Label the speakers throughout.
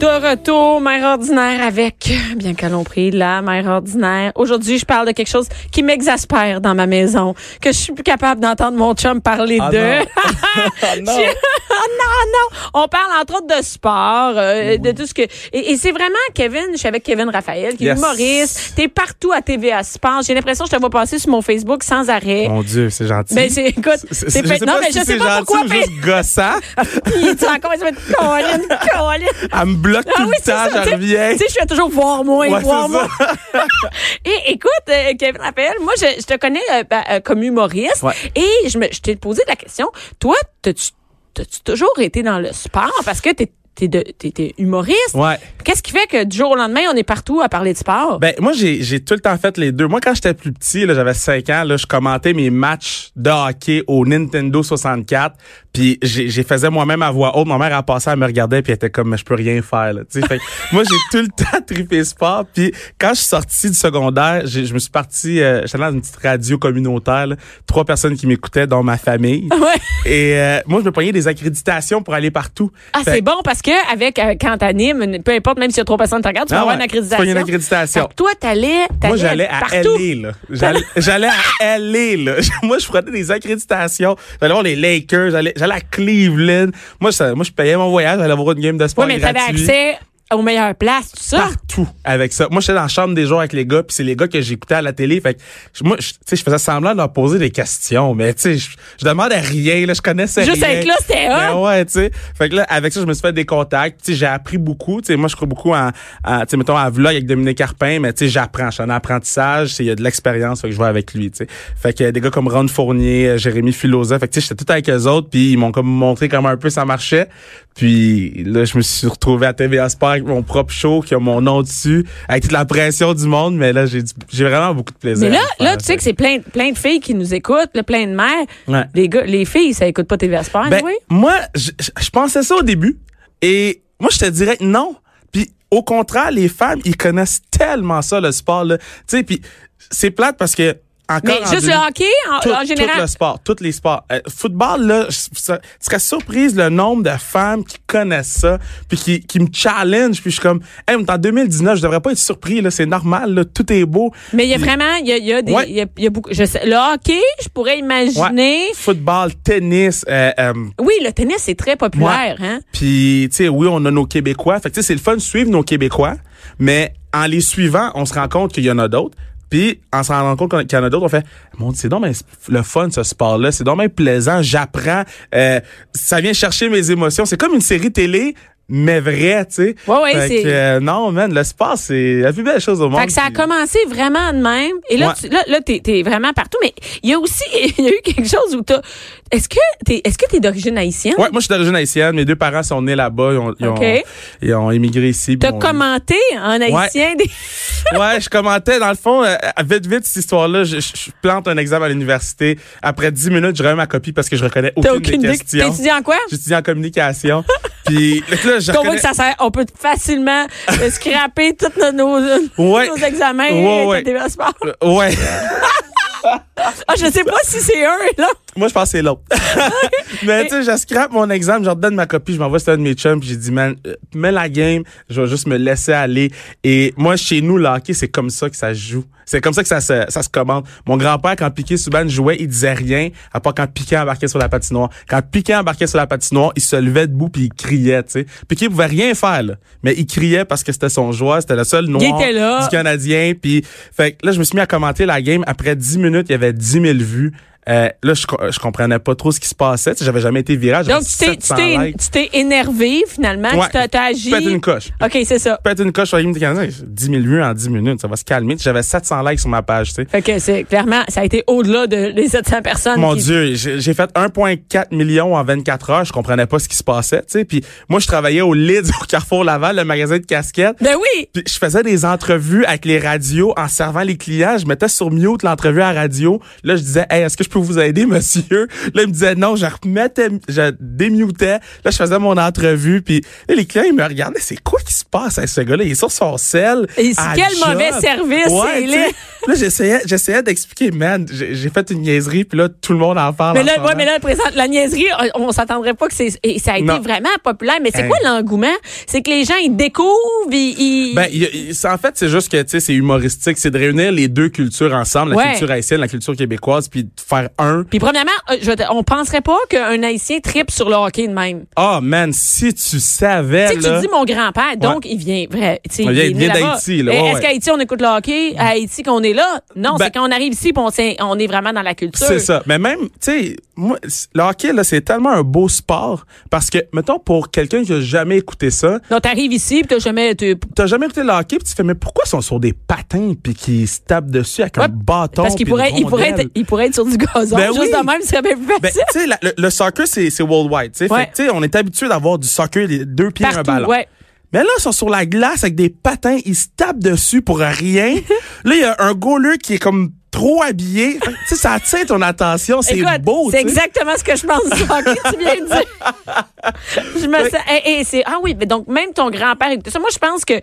Speaker 1: De retour, mère ordinaire avec, bien que l'on prie, la mère ordinaire. Aujourd'hui, je parle de quelque chose qui m'exaspère dans ma maison, que je suis plus capable d'entendre mon chum parler
Speaker 2: Ah
Speaker 1: de.
Speaker 2: non. Ah non.
Speaker 1: J'ai- Ah non, non. On parle entre autres de sport, euh, de tout ce que. Et, et c'est vraiment Kevin, je suis avec Kevin Raphaël, qui est
Speaker 2: Yes.
Speaker 1: humoriste. T'es partout à TVA Sport. J'ai l'impression que je te vois passer sur mon Facebook sans arrêt.
Speaker 2: Mon Dieu, c'est gentil.
Speaker 1: Ben, c'est, écoute,
Speaker 2: C'est-
Speaker 1: c'est
Speaker 2: je
Speaker 1: fait-
Speaker 2: sais
Speaker 1: non,
Speaker 2: pas
Speaker 1: mais
Speaker 2: si
Speaker 1: je sais
Speaker 2: c'est
Speaker 1: pas
Speaker 2: gentil
Speaker 1: pourquoi,
Speaker 2: ou
Speaker 1: mais-
Speaker 2: juste gossant.
Speaker 1: Puis, tu encore, il se met Colin, Colin.
Speaker 2: Elle me bloque tout le
Speaker 1: Ah c'est ça,
Speaker 2: temps,
Speaker 1: tu
Speaker 2: je
Speaker 1: sais-
Speaker 2: reviens.
Speaker 1: Tu sais, je fais toujours voir moins,
Speaker 2: Ouais,
Speaker 1: voir
Speaker 2: c'est
Speaker 1: moins. et écoute, euh, Kevin Raphaël, moi, je, je te connais euh, ben, euh, comme humoriste
Speaker 2: Ouais.
Speaker 1: et je, me, je t'ai posé la question. Toi, t'as-tu, t'as-tu toujours été dans le sport parce que t'es, t'es, de, t'es, t'es humoriste?
Speaker 2: Ouais.
Speaker 1: Qu'est-ce qui fait que du jour au lendemain, on est partout à parler de sport?
Speaker 2: Ben, moi, j'ai j'ai tout le temps fait les deux. Moi, quand j'étais plus petit, là, j'avais 5 ans, là, je commentais mes matchs de hockey au Nintendo 64. Puis, j'ai j'ai faisais moi-même à voix haute. Ma mère, elle passait, elle me regardait, puis elle était comme, Mais je peux rien faire, là. Tu sais, fait que moi, j'ai tout le temps trippé sport. Puis, quand je suis sorti du secondaire, j'ai- je me suis parti, euh, j'étais dans une petite radio communautaire, là. trois personnes qui m'écoutaient, dont ma famille.
Speaker 1: Ouais.
Speaker 2: Et euh, moi, je me pognais des accréditations pour aller partout.
Speaker 1: Ah,
Speaker 2: Fait-
Speaker 1: c'est bon parce que avec euh, quand t'animes, une- peu importe, même si y a trois personnes qui te regardent, tu vas
Speaker 2: Ah
Speaker 1: avoir
Speaker 2: ouais,
Speaker 1: une accréditation.
Speaker 2: tu vas avoir une accréditation.
Speaker 1: Fait que toi, t'allais, t'allais
Speaker 2: Moi, j'allais à
Speaker 1: partout.
Speaker 2: LA, là. J'allais- J'allais à LA, là. Moi, je prenais des accréditations. J'allais voir les Lakers, j'allais j'allais à Cleveland. Moi, je, moi, je payais mon voyage, j'allais voir une game de
Speaker 1: Oui,
Speaker 2: sport
Speaker 1: mais t'avais
Speaker 2: gratuit.
Speaker 1: accès aux meilleures places, tout ça.
Speaker 2: partout avec ça. Moi, j'étais dans la chambre des joueurs avec les gars, puis c'est les gars que j'écoutais à la télé. Fait que je- moi, je- tu sais, je faisais semblant de leur poser des questions, mais tu sais, je, je demandais rien, là, je connaissais
Speaker 1: Juste
Speaker 2: rien.
Speaker 1: être là, c'était hot.
Speaker 2: Ben ouais, tu sais. Fait que là, avec ça, je me suis fait des contacts. Tu sais, j'ai appris beaucoup. Tu sais, moi, je crois beaucoup en, en, tu sais, mettons, à vlog avec Dominique Carpin, mais tu sais, j'apprends. Je suis en apprentissage. tu sais, Il y a de l'expérience. Fait que je vais avec lui, tu sais. Fait que euh, des gars comme Ron Fournier, euh, Jérémy Filosa. Fait que tu sais, j'étais tout avec eux autres, puis ils m'ont comme montré comment un peu ça marchait. Puis là, je me suis retrouvé à TVA Sport avec mon propre show, qui a mon nom dessus, avec toute la pression du monde. Mais là, j'ai du- j'ai vraiment beaucoup de plaisir.
Speaker 1: Mais là,
Speaker 2: à le
Speaker 1: là,
Speaker 2: faire,
Speaker 1: tu sais que c'est plein, plein de filles qui nous écoutent, là, plein de mères.
Speaker 2: Ouais.
Speaker 1: Les gars, les filles, ça écoute pas TVA Sport,
Speaker 2: Ben,
Speaker 1: oui?
Speaker 2: moi, je, je- je pensais ça au début. Et moi, je te dirais non. Puis, au contraire, les femmes, ils connaissent tellement ça, le sport, là. Tu sais, puis c'est plate parce que, encore.
Speaker 1: Mais
Speaker 2: en
Speaker 1: juste
Speaker 2: deux-
Speaker 1: le hockey, en,
Speaker 2: tout,
Speaker 1: en
Speaker 2: tout
Speaker 1: général.
Speaker 2: le sport, tous les sports. Euh, football, là, je- ça- je serais surprise le nombre de femmes qui connaissent ça, puis qui, qui me challenge, puis je suis comme, hey, on est en 2019, je devrais pas être surpris, là, c'est normal, là, tout est beau.
Speaker 1: mais il y a
Speaker 2: Puis-
Speaker 1: vraiment, il y a, il y a des,
Speaker 2: Ouais.
Speaker 1: il y a, il y a beaucoup, je sais, le hockey, je pourrais imaginer.
Speaker 2: Ouais. Football, tennis, euh, euh,
Speaker 1: Oui, le tennis, c'est très populaire, hein.
Speaker 2: Puis, tu sais, oui, on a nos Québécois. Fait que, tu sais, c'est le fun de suivre nos Québécois, mais en les suivant, on se rend compte qu'il y en a d'autres. Puis, en se rendant compte qu'on- qu'il y en a d'autres, on fait, mon Dieu, c'est donc bien le fun, ce sport-là. C'est donc bien plaisant. J'apprends. Euh, ça vient chercher mes émotions. C'est comme une série télé, mais vraie, tu sais.
Speaker 1: Ouais, ouais,
Speaker 2: Fait
Speaker 1: c'est-
Speaker 2: que, euh, non, man, le sport, c'est la plus belle chose au monde.
Speaker 1: Fait que ça a
Speaker 2: Puis- euh,
Speaker 1: commencé vraiment de même. Et là,
Speaker 2: Ouais.
Speaker 1: tu, là, là t'es, t'es vraiment partout. Mais il y a aussi, il y a eu quelque chose où t'as, est-ce que t'es, est-ce que t'es d'origine haïtienne?
Speaker 2: Ouais, moi, je suis d'origine haïtienne. Mes deux parents sont nés là-bas. Ils ont, ils ont-
Speaker 1: Ok.
Speaker 2: ils ont immigré ici.
Speaker 1: T'as
Speaker 2: puis on-
Speaker 1: commenté en haïtien des,
Speaker 2: Ouais, je commentais. Dans le fond, euh, vite, vite, cette histoire-là, je, je- je plante un examen à l'université. Après 10 minutes, je remets ma copie parce que je reconnais aucune,
Speaker 1: t'as aucune
Speaker 2: des
Speaker 1: idée.
Speaker 2: questions.
Speaker 1: T'étudies en quoi?
Speaker 2: J'étudie en communication. Puis là, je
Speaker 1: qu'on voit
Speaker 2: reconnais-
Speaker 1: que ça sert, on peut facilement euh, scraper tous nos, nos,
Speaker 2: Ouais.
Speaker 1: nos examens
Speaker 2: Ouais,
Speaker 1: avec
Speaker 2: ouais.
Speaker 1: le TVA Sport.
Speaker 2: Euh, Ouais.
Speaker 1: Ah, je sais pas si c'est un, là.
Speaker 2: Moi, je pense que c'est l'autre. mais tu sais, je scrape mon exemple, je redonne ma copie, je m'envoie sur un de mes chums, puis j'ai dit, man, euh, mets la game, je vais juste me laisser aller. Et moi, chez nous, le hockey, c'est comme ça que ça se joue. C'est comme ça que ça se, ça se commande. Mon grand-père, quand Piqué Subban jouait, il disait rien, à part quand Piqué embarquait sur la patinoire. Quand Piqué embarquait sur la patinoire, il se levait debout puis il criait, tu sais. Piqué pouvait rien faire, là. Mais il criait parce que c'était son joueur, c'était le seul noir
Speaker 1: était là.
Speaker 2: du Canadien. Puis, fait que là, je me suis mis à commenter la game. Après 10 minutes, il y avait 10 000 vues. Euh, là, je, co- je comprenais pas trop ce qui se passait. Tu sais, J'avais jamais été virage.
Speaker 1: Donc, tu t'es- tu t'es tu t'es énervé, finalement. Tu t'as- t'as agi.
Speaker 2: Pète une coche.
Speaker 1: OK, c'est ça.
Speaker 2: Pète une coche sur la game du Canadien. 10 000 vues en 10 minutes. Ça va se calmer. Tu sais, J'avais 700 likes sur ma page, tu sais.
Speaker 1: Fait que c'est clairement, ça a été au-delà de, des 700 personnes.
Speaker 2: Mon
Speaker 1: qui-
Speaker 2: Dieu, j'ai j'ai fait 1,4 million en 24 heures. Je comprenais pas ce qui se passait, tu sais. Puis moi, je travaillais au Lids, au Carrefour Laval, le magasin de casquettes.
Speaker 1: Ben oui!
Speaker 2: Puis je faisais des entrevues avec les radios en servant les clients. Je mettais sur mute l'entrevue à la radio. Là, je disais, hey, est-ce que je peux peux vous aider, monsieur? Là, il me disait non, je remettais, je démutais. Là, je faisais mon entrevue. Puis là, les clients, ils me regardaient, c'est quoi qui se passe à ce gars-là? Il est sur son sel.
Speaker 1: Et c'est
Speaker 2: à
Speaker 1: quel
Speaker 2: job.
Speaker 1: mauvais service,
Speaker 2: Ouais,
Speaker 1: il
Speaker 2: tu sais.
Speaker 1: est.
Speaker 2: Là, j'essayais, j'essayais d'expliquer, man, j'ai j'ai fait une niaiserie, puis là, tout le monde en parle.
Speaker 1: Mais
Speaker 2: en
Speaker 1: là,
Speaker 2: ce
Speaker 1: ouais,
Speaker 2: moment.
Speaker 1: mais là, présente, la niaiserie, on, on s'attendrait pas que c'est, et ça a été
Speaker 2: Non.
Speaker 1: vraiment populaire. Mais c'est
Speaker 2: Hey.
Speaker 1: quoi l'engouement? C'est que les gens, ils découvrent, ils, ils-
Speaker 2: Ben, il y a- il- c'est- en fait, c'est juste que, tu sais, c'est humoristique. C'est de réunir les deux cultures ensemble, la
Speaker 1: Ouais.
Speaker 2: culture haïtienne, la culture québécoise, puis de faire un.
Speaker 1: puis premièrement, euh, je, veux dire, on penserait pas qu'un Haïtien tripe sur le hockey de même.
Speaker 2: Ah, man, si tu savais,
Speaker 1: Tu sais,
Speaker 2: là.
Speaker 1: tu dis mon grand-père, donc il vient, vrai, tu sais,
Speaker 2: Il vient- il
Speaker 1: né
Speaker 2: vient
Speaker 1: là-bas.
Speaker 2: d'Haïti, là,
Speaker 1: Mais
Speaker 2: ouais,
Speaker 1: Est-ce
Speaker 2: ouais.
Speaker 1: qu'à Haïti, on écoute le hockey? À Haïti, qu'on est là? Non,
Speaker 2: Ben-
Speaker 1: c'est quand on arrive ici, puis on, s'est- on est vraiment dans la culture.
Speaker 2: C'est ça. Mais même, tu sais, moi, c- le hockey, là, c'est tellement un beau sport parce que, mettons, pour quelqu'un qui a jamais écouté ça,
Speaker 1: Donc, t'arrives ici, puis t'as jamais, t'es-
Speaker 2: t'as jamais écouté le hockey, puis tu fais, mais pourquoi ils sont sur des patins puis qu'ils se tapent dessus avec
Speaker 1: Ouais,
Speaker 2: un bâton
Speaker 1: parce qu'il
Speaker 2: puis une
Speaker 1: pourrait, il pourrait,
Speaker 2: rondelle?
Speaker 1: être, il pourrait être sur du gazon.
Speaker 2: Ben
Speaker 1: Juste
Speaker 2: oui.
Speaker 1: de même, ce serait bien plus
Speaker 2: Ben,
Speaker 1: facile.
Speaker 2: tu sais, la- le, le soccer, c'est, c'est worldwide. Tu sais,
Speaker 1: Ouais.
Speaker 2: Fait que, tu sais, on est habitué d'avoir du soccer, les deux pieds et un
Speaker 1: Partout,
Speaker 2: ballon.
Speaker 1: ouais.
Speaker 2: Mais là, ils sont sur la glace avec des patins, ils se tapent dessus pour rien. là, il y a un goaler qui est comme trop habillé. Fait que, Tu sais, ça attire ton attention, c'est
Speaker 1: Écoute,
Speaker 2: beau.
Speaker 1: C'est
Speaker 2: tu sais.
Speaker 1: exactement ce que je pense du hockey, tu viens de dire. je me sens- et- et c'est- ah oui, mais donc même ton grand-père écoutait ça. Moi, je pense que,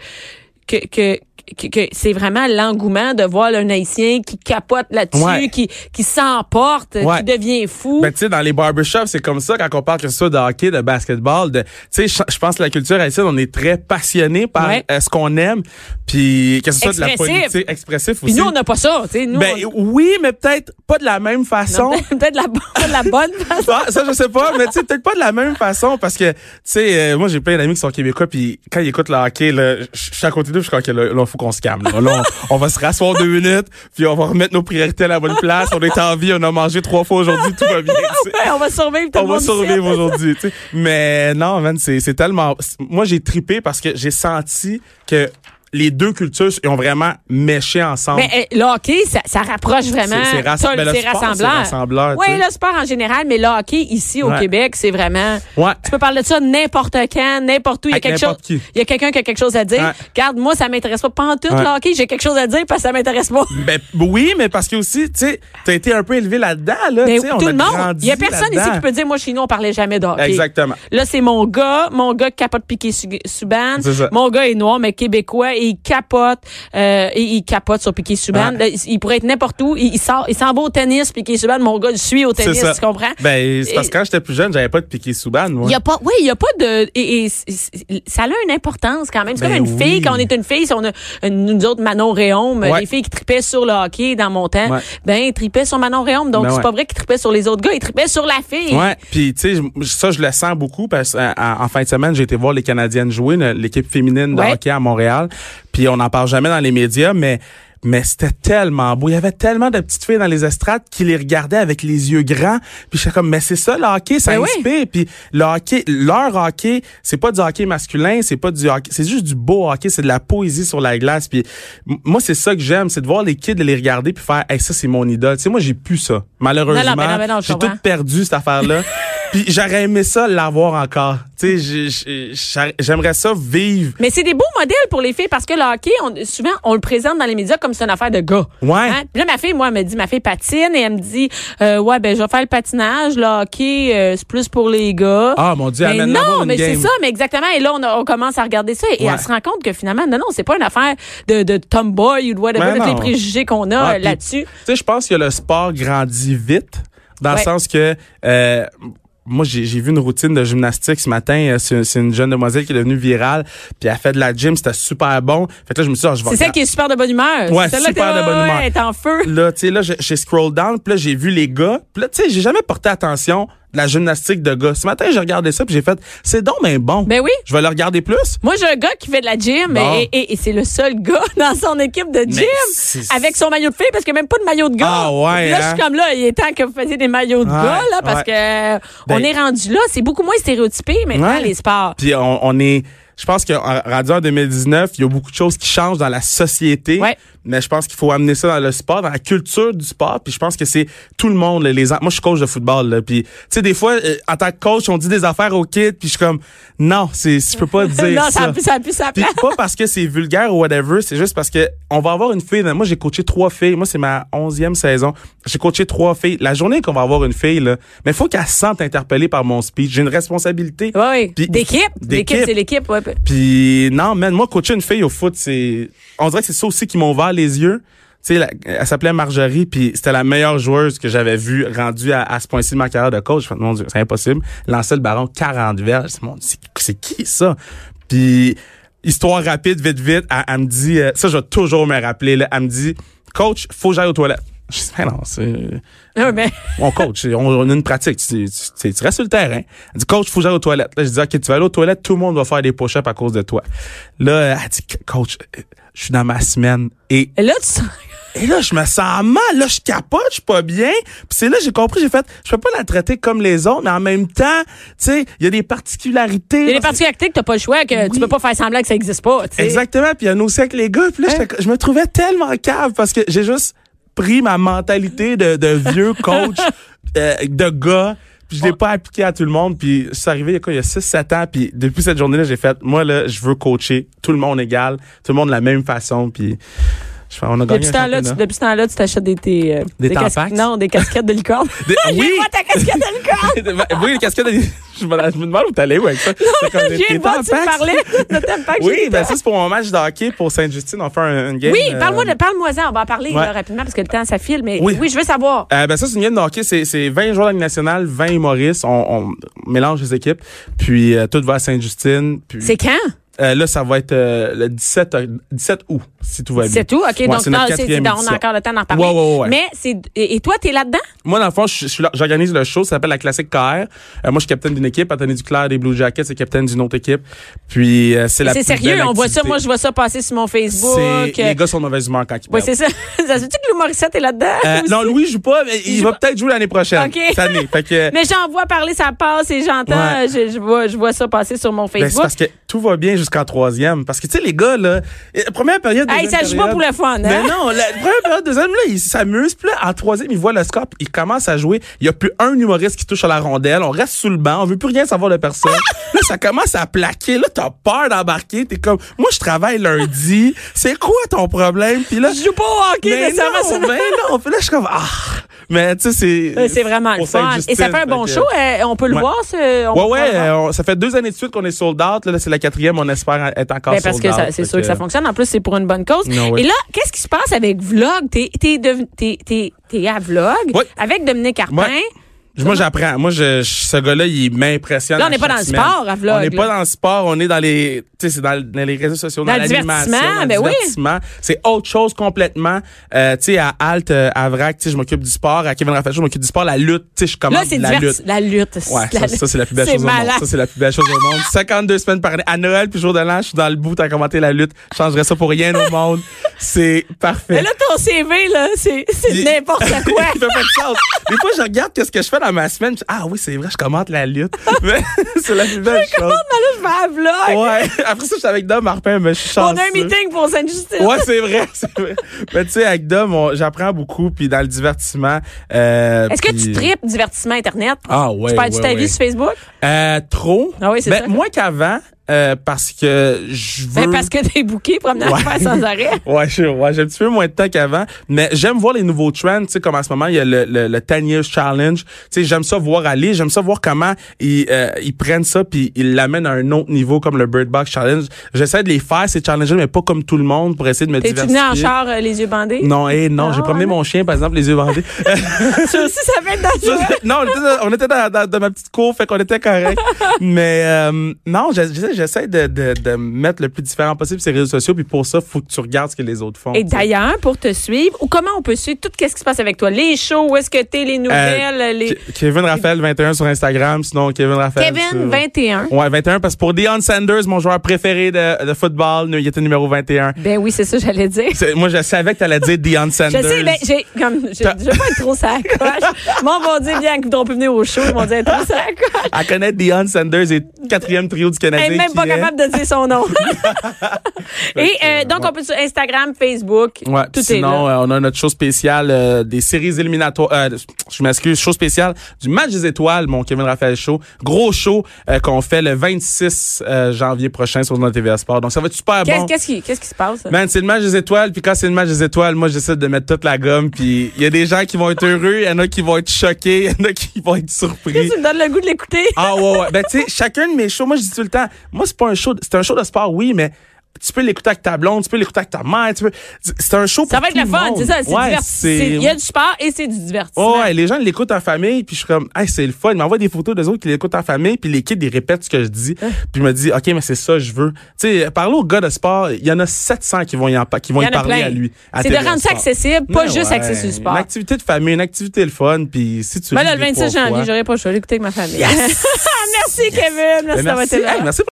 Speaker 1: que, que que, que c'est vraiment l'engouement de voir là, un Haïtien qui capote là-dessus,
Speaker 2: Ouais.
Speaker 1: qui, qui s'emporte,
Speaker 2: Ouais.
Speaker 1: qui devient fou.
Speaker 2: Ben, tu sais, dans les barbershops, c'est comme ça quand on parle que ce soit de hockey, de basketball, de, tu sais, je je pense que la culture haïtienne, on est très passionné par
Speaker 1: Ouais.
Speaker 2: euh, ce qu'on aime, puis que ce soit de la
Speaker 1: Expressif.
Speaker 2: politique expressif
Speaker 1: Puis
Speaker 2: aussi.
Speaker 1: nous, on n'a pas ça. tu sais, Nous,
Speaker 2: ben,
Speaker 1: on-
Speaker 2: oui, mais peut-être pas de la même façon.
Speaker 1: non, peut-être la, bonne- la bonne façon.
Speaker 2: Ah, ça, je sais pas, mais tu sais, peut-être pas de la même façon parce que, tu sais, euh, moi, j'ai plein d'amis qui sont québécois, puis quand ils écoutent le hockey, là, je je suis à côté d'eux, je suis comme, OK, là, là, faut qu'on se calme. Là, Là, on, on va se rasseoir deux minutes, puis on va remettre nos priorités à la bonne place. On est en vie, on a mangé trois fois aujourd'hui, tout va bien. tu sais.
Speaker 1: Ouais, on va survivre tout le
Speaker 2: On va
Speaker 1: monde
Speaker 2: survivre aujourd'hui, tu sais. Mais non, man, c'est c'est tellement... c'est- Moi, j'ai tripé parce que j'ai senti que les deux cultures ils ont vraiment méché ensemble.
Speaker 1: Mais euh, le hockey, ça, ça rapproche vraiment.
Speaker 2: C'est- c'est rass-
Speaker 1: Ça,
Speaker 2: ben, le
Speaker 1: c'est
Speaker 2: sport, c'est
Speaker 1: rassembleur.
Speaker 2: rassembleur, tu
Speaker 1: Oui,
Speaker 2: sais.
Speaker 1: le sport en général, mais le hockey ici au
Speaker 2: Ouais.
Speaker 1: Québec, c'est vraiment.
Speaker 2: Ouais.
Speaker 1: Tu peux parler de ça n'importe quand, n'importe où. Il y a
Speaker 2: Avec
Speaker 1: quelque chose.
Speaker 2: n'importe qui.
Speaker 1: Il y a quelqu'un qui a quelque chose à dire.
Speaker 2: Ouais.
Speaker 1: Regarde, moi, ça m'intéresse pas. Pas en tout
Speaker 2: Ouais.
Speaker 1: le hockey, j'ai quelque chose à dire parce que ça m'intéresse pas.
Speaker 2: Ben oui, mais parce que aussi, tu sais, t'as été un peu élevé là-dedans, là.
Speaker 1: Mais
Speaker 2: tu sais, on
Speaker 1: Ben, tout
Speaker 2: a
Speaker 1: le monde.
Speaker 2: grandi
Speaker 1: Il y a personne ici
Speaker 2: là-dedans.
Speaker 1: qui peut dire, moi, chez nous, on parlait jamais de hockey.
Speaker 2: Exactement.
Speaker 1: Là, c'est mon gars, mon gars qui capote piqué Su- Subban.
Speaker 2: C'est ça.
Speaker 1: Mon gars est noir, mais québécois, et il capote, euh, et il capote sur piqué Subban.
Speaker 2: Ouais.
Speaker 1: Là, il- Il pourrait être n'importe où. Il, il sort, il s'en va au tennis, piqué Subban. Mon gars, je suis au tennis, tu comprends?
Speaker 2: Ben, c'est parce que quand j'étais plus jeune, j'avais pas de piqué Souban, moi.
Speaker 1: Il y a pas, oui, il y a pas de, et, et c- c- ça a une importance quand même. C'est
Speaker 2: Ben
Speaker 1: comme une fille,
Speaker 2: oui.
Speaker 1: quand on est une fille, si on a, une- nous autres, Manon Réaume,
Speaker 2: Ouais.
Speaker 1: les filles qui tripaient sur le hockey dans mon temps,
Speaker 2: Ouais.
Speaker 1: ben, ils tripaient sur Manon Réaume. Donc,
Speaker 2: Ben
Speaker 1: c'est
Speaker 2: ouais.
Speaker 1: pas vrai qu'ils tripaient sur les autres gars, ils tripaient sur la fille.
Speaker 2: Ouais, puis tu sais, je- ça je le sens beaucoup parce qu'en en fin de semaine, j'ai été voir les Canadiennes jouer, le- l'équipe féminine de
Speaker 1: Ouais.
Speaker 2: hockey à Montréal, puis on n'en parle jamais dans les médias, mais mais c'était tellement beau, il y avait tellement de petites filles dans les estrades qui les regardaient avec les yeux grands, puis j'étais comme mais c'est ça le hockey, ça
Speaker 1: Ben oui.
Speaker 2: inspire, puis le hockey, leur hockey, c'est pas du hockey masculin, c'est pas du hockey, c'est juste du beau hockey, c'est de la poésie sur la glace, puis m- moi c'est ça que j'aime, c'est de voir les kids les regarder puis faire hey, ça c'est mon idole. Tu sais moi j'ai plus ça. Malheureusement,
Speaker 1: ben non, ben non, je
Speaker 2: j'ai
Speaker 1: comprends.
Speaker 2: tout perdu cette affaire-là. Puis j'aurais aimé ça l'avoir encore. Tu sais, j'ai- j'ai- j'ai- j'aimerais ça vivre.
Speaker 1: Mais c'est des beaux modèles pour les filles parce que le hockey, on- souvent, on le présente dans les médias comme c'est une affaire de gars. Hein?
Speaker 2: Ouais.
Speaker 1: Puis là, ma fille, moi, elle me dit, ma fille patine et elle me dit, euh, ouais, ben, je vais faire le patinage, le hockey, euh, c'est plus pour les gars.
Speaker 2: Ah, mon Dieu,
Speaker 1: mais
Speaker 2: amène-la voir
Speaker 1: non,
Speaker 2: une
Speaker 1: mais c'est
Speaker 2: game.
Speaker 1: ça, mais exactement. Et là, on, a- on commence à regarder ça et
Speaker 2: Ouais.
Speaker 1: elle se rend compte que finalement, non, non, c'est pas une affaire de, de tomboy ou de whatever,
Speaker 2: Ben
Speaker 1: de tous les
Speaker 2: non.
Speaker 1: préjugés qu'on
Speaker 2: Ah,
Speaker 1: a euh,
Speaker 2: puis,
Speaker 1: là-dessus.
Speaker 2: Tu sais, je pense que le sport grandit vite, dans
Speaker 1: Ouais.
Speaker 2: le sens que euh, moi, j'ai j'ai vu une routine de gymnastique ce matin. Euh, C'est c'est une jeune demoiselle qui est devenue virale, puis elle fait de la gym, c'était super bon. Fait que là, je me suis dit, ah, je vais
Speaker 1: C'est celle qui est super de bonne humeur.
Speaker 2: Ouais,
Speaker 1: C'est celle-là que
Speaker 2: super
Speaker 1: t'es-
Speaker 2: de bonne humeur.
Speaker 1: Ouais, elle est en feu.
Speaker 2: là, tu sais, là, j'ai- j'ai scroll down, puis là, j'ai vu les gars. Puis là, tu sais, j'ai jamais porté attention de la gymnastique de gars. Ce matin, j'ai regardé ça, puis j'ai fait, c'est donc mais bon.
Speaker 1: Ben oui.
Speaker 2: Je vais le regarder plus.
Speaker 1: Moi, j'ai un gars qui fait de la gym
Speaker 2: Bon.
Speaker 1: et, et- et c'est le seul gars dans son équipe de gym
Speaker 2: c'est-
Speaker 1: avec son maillot de fille parce qu'il n'y a même pas de maillot de gars.
Speaker 2: Ah ouais,
Speaker 1: Puis là, je suis
Speaker 2: hein?
Speaker 1: comme là, il est temps que vous fassiez des maillots de
Speaker 2: Ouais,
Speaker 1: gars là, parce
Speaker 2: ouais.
Speaker 1: que euh, on
Speaker 2: Ben-
Speaker 1: est rendu là. C'est beaucoup moins stéréotypé maintenant,
Speaker 2: Ouais.
Speaker 1: les sports.
Speaker 2: Puis on, on est je pense qu'en radio en 2019, il y a beaucoup de choses qui changent dans la société.
Speaker 1: Ouais.
Speaker 2: Mais je pense qu'il faut amener ça dans le sport, dans la culture du sport. Puis je pense que c'est tout le monde. là, les en- Moi, je suis coach de football. Là, puis, tu sais, des fois, euh, en tant que coach, on dit des affaires aux kids. Puis je suis comme, non, c'est, je peux pas dire
Speaker 1: non, ça
Speaker 2: ça.
Speaker 1: a plus, ça a plus sa
Speaker 2: Puis
Speaker 1: place.
Speaker 2: pas parce que c'est vulgaire ou whatever, c'est juste parce que on va avoir une fille. Moi, j'ai coaché trois filles. Moi, c'est ma onzième saison. J'ai coaché trois filles. La journée qu'on va avoir une fille, là, mais faut qu'elle se sente interpellée par mon speech. J'ai une responsabilité.
Speaker 1: Oui, oui.
Speaker 2: Puis-
Speaker 1: D'équipe. D'équipe, c'est l'équipe. Ouais.
Speaker 2: Puis non, man, moi, coacher une fille au foot, c'est... On dirait que c'est ça aussi qui m'a ouvert les yeux. Tu sais, la- elle s'appelait Marjorie, puis c'était la meilleure joueuse que j'avais vue rendue à, à ce point-ci de ma carrière de coach. Je fais, mon Dieu, c'est impossible. Lançait le baron 40 verges. C'est mon Dieu, c'est- c'est qui ça? Puis, histoire rapide, vite, vite, elle, elle me dit... euh, ça, je vais toujours me rappeler. Là, elle me dit, « Coach, faut que j'aille aux toilettes. » Je dis, « Mais non, c'est...
Speaker 1: Ouais, ben, mais-
Speaker 2: On coach, on, on a une pratique. Tu, tu- tu- tu restes sur le terrain. Elle dit, coach, faut que j'aille aux toilettes. Là, je dis, OK, tu vas aller aux toilettes, tout le monde va faire des push-ups à cause de toi. Là, elle dit, coach, euh, je suis dans ma semaine. Et,
Speaker 1: Là, tu sens.
Speaker 2: et là, je me sens mal. Là, je capote, je suis pas bien. Puis c'est là, j'ai compris, j'ai fait, je peux pas la traiter comme les autres, mais en même temps, tu sais, il y a des particularités.
Speaker 1: Il y a des particularités que t'as pas le choix, que tu
Speaker 2: Oui.
Speaker 1: peux pas faire semblant que ça existe pas. tu sais.
Speaker 2: Exactement. Puis il y en a aussi avec les gars. Puis là,
Speaker 1: Hein?
Speaker 2: j'étais- je me trouvais tellement cave parce que j'ai juste pris ma mentalité de, de vieux coach, euh, de gars. Puis je l'ai pas appliqué à tout le monde. Puis c'est arrivé il y a quoi, il y a 6-7 ans. Puis depuis cette journée-là, j'ai fait, moi, là, je veux coacher tout le monde égal, tout le monde de la même façon. Puis je fais, on a gagné
Speaker 1: Depuis ce,
Speaker 2: un
Speaker 1: temps-là, tu,
Speaker 2: championnat.
Speaker 1: depuis ce temps-là, tu t'achètes des, tes, euh,
Speaker 2: Des
Speaker 1: casque-
Speaker 2: Tampax?
Speaker 1: Non, des casquettes de licorne.
Speaker 2: Des-
Speaker 1: J'ai
Speaker 2: oui!
Speaker 1: pas ta casquette de licorne!
Speaker 2: Ben, oui, les casquettes, je me, je me demande où t'allais où avec ça. C'est comme des-
Speaker 1: J'ai
Speaker 2: des
Speaker 1: voir, tu me
Speaker 2: Tampax.
Speaker 1: parlais de Tampax.
Speaker 2: Oui, ben ça, c'est pour mon match de hockey pour Sainte-Justine. On fait un, une game.
Speaker 1: Oui,
Speaker 2: euh,
Speaker 1: parle-moi de, parle-moi-en. On va en parler
Speaker 2: Ouais.
Speaker 1: là, rapidement parce que le temps, ça file. Mais oui,
Speaker 2: Oui.
Speaker 1: je veux savoir.
Speaker 2: Euh, ben ça, c'est une game de hockey. C'est, c'est 20 joueurs de la Ligue nationale, 20 humoristes. On, on mélange les équipes. Puis euh, tout va à Sainte-Justine. Puis
Speaker 1: C'est quand?
Speaker 2: euh, là, ça va être euh, le 17, oct- 17 août, si tout va bien.
Speaker 1: C'est tout? OK,
Speaker 2: Ouais,
Speaker 1: donc
Speaker 2: c'est
Speaker 1: non,
Speaker 2: notre
Speaker 1: c'est-
Speaker 2: quatrième
Speaker 1: donc, on a
Speaker 2: édition.
Speaker 1: encore le temps d'en reparler.
Speaker 2: Ouais, ouais, ouais, ouais.
Speaker 1: Mais c'est. Et, et toi, t'es là-dedans?
Speaker 2: Moi, dans le fond, je, je suis là- j'organise le show. Ça s'appelle la Classique KR. Euh, moi, je suis capitaine d'une équipe. Anthony Duclair des Blue Jackets est capitaine d'une autre équipe. Puis euh, c'est la
Speaker 1: C'est
Speaker 2: plus
Speaker 1: sérieux,
Speaker 2: belle
Speaker 1: on voit ça.
Speaker 2: activité.
Speaker 1: Moi, je vois ça passer sur mon Facebook.
Speaker 2: c'est,
Speaker 1: euh,
Speaker 2: Les gars sont de mauvaise humeur quand ils
Speaker 1: ouais,
Speaker 2: perdent.
Speaker 1: c'est ça. Ben ça se dit que Lou Morissette est là-dedans?
Speaker 2: Euh,
Speaker 1: aussi?
Speaker 2: non, Louis joue pas, mais
Speaker 1: Il
Speaker 2: il
Speaker 1: joue
Speaker 2: va
Speaker 1: pas.
Speaker 2: peut-être jouer l'année prochaine.
Speaker 1: OK.
Speaker 2: Cette année. Fait que,
Speaker 1: Mais j'en vois parler, ça passe et j'entends,
Speaker 2: Ouais.
Speaker 1: euh, je, je vois, je vois ça passer sur mon
Speaker 2: Ben, c'est
Speaker 1: Facebook.
Speaker 2: parce que tout va bien jusqu'en troisième. Parce que, tu sais, les gars, là, euh, première période.
Speaker 1: Hey,
Speaker 2: deuxième
Speaker 1: ça joue pas
Speaker 2: période- Ben
Speaker 1: pour le fun, hein?
Speaker 2: Mais non, la première période, deuxième, là, ils s'amusent. Puis là, en troisième, ils voient le score, puis ils commencent à jouer. Il y a plus un humoriste qui touche à la rondelle. On reste sous le banc. On veut plus rien savoir de personne. là, ça commence à plaquer. Là, t'as peur d'embarquer. T'es comme, moi, je travaille lundi. C'est quoi ton problème? Puis là,
Speaker 1: je joue pas au hockey,
Speaker 2: mais Ben non, ben,
Speaker 1: nécessairement, ça
Speaker 2: mais non. Puis là, je suis comme, ah. Mais tu sais, c'est.
Speaker 1: Euh, C'est vraiment le
Speaker 2: pour
Speaker 1: fun. Et ça
Speaker 2: Sainte-Justine,
Speaker 1: fait un bon
Speaker 2: que-
Speaker 1: show. euh, on peut le
Speaker 2: Ouais.
Speaker 1: voir, ce. on peut Ben,
Speaker 2: Ouais, ouais,
Speaker 1: le voir.
Speaker 2: euh, on- ça fait deux années de suite qu'on est sold out. Là, là, c'est la quatrième, on espère être encore
Speaker 1: Ben,
Speaker 2: sold
Speaker 1: parce
Speaker 2: out.
Speaker 1: que ça- c'est
Speaker 2: Fait
Speaker 1: sûr que ça fonctionne. En plus, c'est pour une bonne cause.
Speaker 2: Non, ouais.
Speaker 1: Et là, qu'est-ce qui se passe avec Vlog? T'es es à Vlog
Speaker 2: Ouais.
Speaker 1: avec Dominique Carpin.
Speaker 2: Ouais. Moi, j'apprends. Moi, je, je- ce gars-là, il m'impressionne.
Speaker 1: Là, on
Speaker 2: à
Speaker 1: n'est pas
Speaker 2: chaque
Speaker 1: dans le
Speaker 2: semaine.
Speaker 1: sport, à vlog,
Speaker 2: On n'est pas
Speaker 1: là.
Speaker 2: dans le sport, on est dans les, tu sais, c'est dans, dans les réseaux sociaux,
Speaker 1: Dans
Speaker 2: dans,
Speaker 1: le
Speaker 2: l'animation,
Speaker 1: divertissement,
Speaker 2: dans le
Speaker 1: ben oui.
Speaker 2: divertissement. C'est autre chose complètement. Euh, tu sais, à Alt, euh, à Vrac, tu sais, je m'occupe du sport. À Kevin Raphaël, je m'occupe du sport, la lutte. Tu sais,
Speaker 1: Là,
Speaker 2: je commence
Speaker 1: c'est
Speaker 2: la
Speaker 1: divers-
Speaker 2: lutte.
Speaker 1: La lutte.
Speaker 2: Ouais,
Speaker 1: La
Speaker 2: ça,
Speaker 1: lutte.
Speaker 2: ça, c'est la plus belle
Speaker 1: C'est
Speaker 2: chose au monde.
Speaker 1: malade.
Speaker 2: Ça, c'est la plus belle chose au monde. 52 semaines par année. À Noël puis jour de l'an, je suis dans le bout à commenter la lutte. Je changerais ça pour rien au monde. C'est parfait.
Speaker 1: Mais là, ton CV, là, c'est c'est
Speaker 2: Il-
Speaker 1: n'importe quoi.
Speaker 2: Il fait pas de sens. Des fois, je regarde qu'est-ce que je fais dans ma semaine. je- ah oui, c'est vrai, je commente la lutte. Mais c'est la plus belle chose.
Speaker 1: Comment Ah, là, je vais à Vlog?
Speaker 2: Ouais. Après ça, je suis avec Dom Marpin, mais je suis
Speaker 1: On
Speaker 2: chanceux.
Speaker 1: a un meeting pour Sainte-Justine.
Speaker 2: Ouais, c'est vrai, c'est vrai. Mais tu sais, avec Dom, on- j'apprends beaucoup, puis dans le divertissement. euh,
Speaker 1: Est-ce que
Speaker 2: puis-
Speaker 1: tu tripes divertissement Internet?
Speaker 2: Ah ouais,
Speaker 1: Tu perds
Speaker 2: ouais,
Speaker 1: ta vie
Speaker 2: ouais.
Speaker 1: sur Facebook?
Speaker 2: Euh, trop.
Speaker 1: Ah oui, c'est
Speaker 2: ben,
Speaker 1: ça.
Speaker 2: Moins qu'avant, euh, parce que je veux...
Speaker 1: Ben, parce que t'es bouqué, promenant à
Speaker 2: Ouais.
Speaker 1: faire sans arrêt.
Speaker 2: Ouais, je- ouais, j'ai un petit peu moins de temps qu'avant, mais j'aime voir les nouveaux trends, tu sais, comme en ce moment, il y a le, le, le 10 Years Challenge, tu sais, j'aime ça voir aller, j'aime ça voir comment ils, euh, ils prennent ça puis ils l'amènent à un autre niveau, comme le Bird Box Challenge. J'essaie de les faire, ces challenges, mais pas comme tout le monde, pour essayer de me
Speaker 1: T'es-tu
Speaker 2: diversifier.
Speaker 1: venu en char euh, les yeux bandés?
Speaker 2: Non, hé, non,
Speaker 1: Ah,
Speaker 2: j'ai promené
Speaker 1: ouais.
Speaker 2: mon chien, par exemple, les yeux vendés.
Speaker 1: Ça aussi, ça va être dangereux.
Speaker 2: non, on était dans, on était dans- dans- dans ma petite cour, fait qu'on était correct. Mais euh, non, j'essaie j'essaie de, de, de mettre le plus différent possible ces réseaux sociaux, puis pour ça, faut que tu regardes ce que les autres font.
Speaker 1: Et
Speaker 2: tu sais.
Speaker 1: d'ailleurs, pour te suivre, ou comment on peut suivre tout ce qui se passe avec toi? Les shows, où est-ce que t'es, les nouvelles,
Speaker 2: Euh,
Speaker 1: les...
Speaker 2: Ke- Kevin Raphaël 21 sur Instagram, sinon Kevin Raphaël.
Speaker 1: Kevin,
Speaker 2: sur-
Speaker 1: 21.
Speaker 2: Ouais, 21, parce que pour Deion Sanders, mon joueur préféré de, de football, il était numéro 21.
Speaker 1: Ben oui, c'est ça que j'allais dire.
Speaker 2: C'est- Moi, je savais que t'allais dire Deion
Speaker 1: Je
Speaker 2: Sanders.
Speaker 1: sais, ben, j'ai, comme, je, je veux pas être trop sacoche. Moi, on va dire, bien, qu'on peut venir au show, ils vont dire, être trop sacoche.
Speaker 2: Elle connaît Deion Sanders et quatrième trio du Canadien
Speaker 1: Hey, même pas
Speaker 2: qui est.
Speaker 1: capable de dire son nom. Et euh, donc,
Speaker 2: ouais.
Speaker 1: on peut sur Instagram, Facebook.
Speaker 2: Ouais,
Speaker 1: tout
Speaker 2: puis
Speaker 1: est là.
Speaker 2: sinon, euh, on a notre show spéciale euh, des séries éliminatoires. euh, je m'excuse, show spéciale du match des étoiles, mon Kevin Raphaël Show. Gros show euh, qu'on fait le 26 euh, janvier prochain sur notre TVA Sport. Donc, ça va être super
Speaker 1: Qu'est-ce
Speaker 2: bon.
Speaker 1: qu'est-ce qui, qu'est-ce qui se passe?
Speaker 2: Man, c'est le match des étoiles, puis quand c'est le match des étoiles, moi j'essaie de mettre toute la gomme, puis il y a des gens qui vont être heureux, il y en a qui vont être choqués, il y en a qui vont être surpris.
Speaker 1: Tu me donnes le goût de l'écouter.
Speaker 2: Ah ouais, ouais. Ben tu sais, chacun de mes shows, moi je dis tout le temps, moi c'est pas un show, de- c'est un show de sport, oui, mais tu peux l'écouter avec ta blonde, tu peux l'écouter avec ta mère, tu peux. C'est un show pour
Speaker 1: Ça va être
Speaker 2: tout
Speaker 1: le fun,
Speaker 2: monde.
Speaker 1: c'est ça. C'est
Speaker 2: ouais,
Speaker 1: diverti- c'est- Il y a du sport et c'est du divertissement.
Speaker 2: Ouais, ouais, les gens l'écoutent en famille, puis je suis comme, hey, c'est le fun. Ils m'envoient des photos d'eux autres qui l'écoutent en famille, puis les kids, ils répètent ce que je dis,
Speaker 1: Ah.
Speaker 2: puis ils me disent, OK, mais c'est ça, je veux. Tu sais, parler aux gars de sport, il y en a 700 qui vont y, en pa- qui vont
Speaker 1: Il y
Speaker 2: y,
Speaker 1: en a
Speaker 2: parler
Speaker 1: plein.
Speaker 2: à lui. à
Speaker 1: C'est de
Speaker 2: TVA
Speaker 1: rendre ça
Speaker 2: Ah, Sport.
Speaker 1: accessible, pas
Speaker 2: Ouais,
Speaker 1: juste
Speaker 2: ouais.
Speaker 1: accessible sur le
Speaker 2: Une
Speaker 1: sport.
Speaker 2: activité de famille, une activité le fun, puis si tu
Speaker 1: Ben
Speaker 2: lis
Speaker 1: là, le
Speaker 2: deux,
Speaker 1: 26
Speaker 2: trois
Speaker 1: janvier,
Speaker 2: fois-
Speaker 1: j'aurais pas le choix. Je vais l'écouter avec ma famille. merci, Kevin. Merci
Speaker 2: Ben,
Speaker 1: d'avoir
Speaker 2: merci.
Speaker 1: été là.
Speaker 2: Hey, merci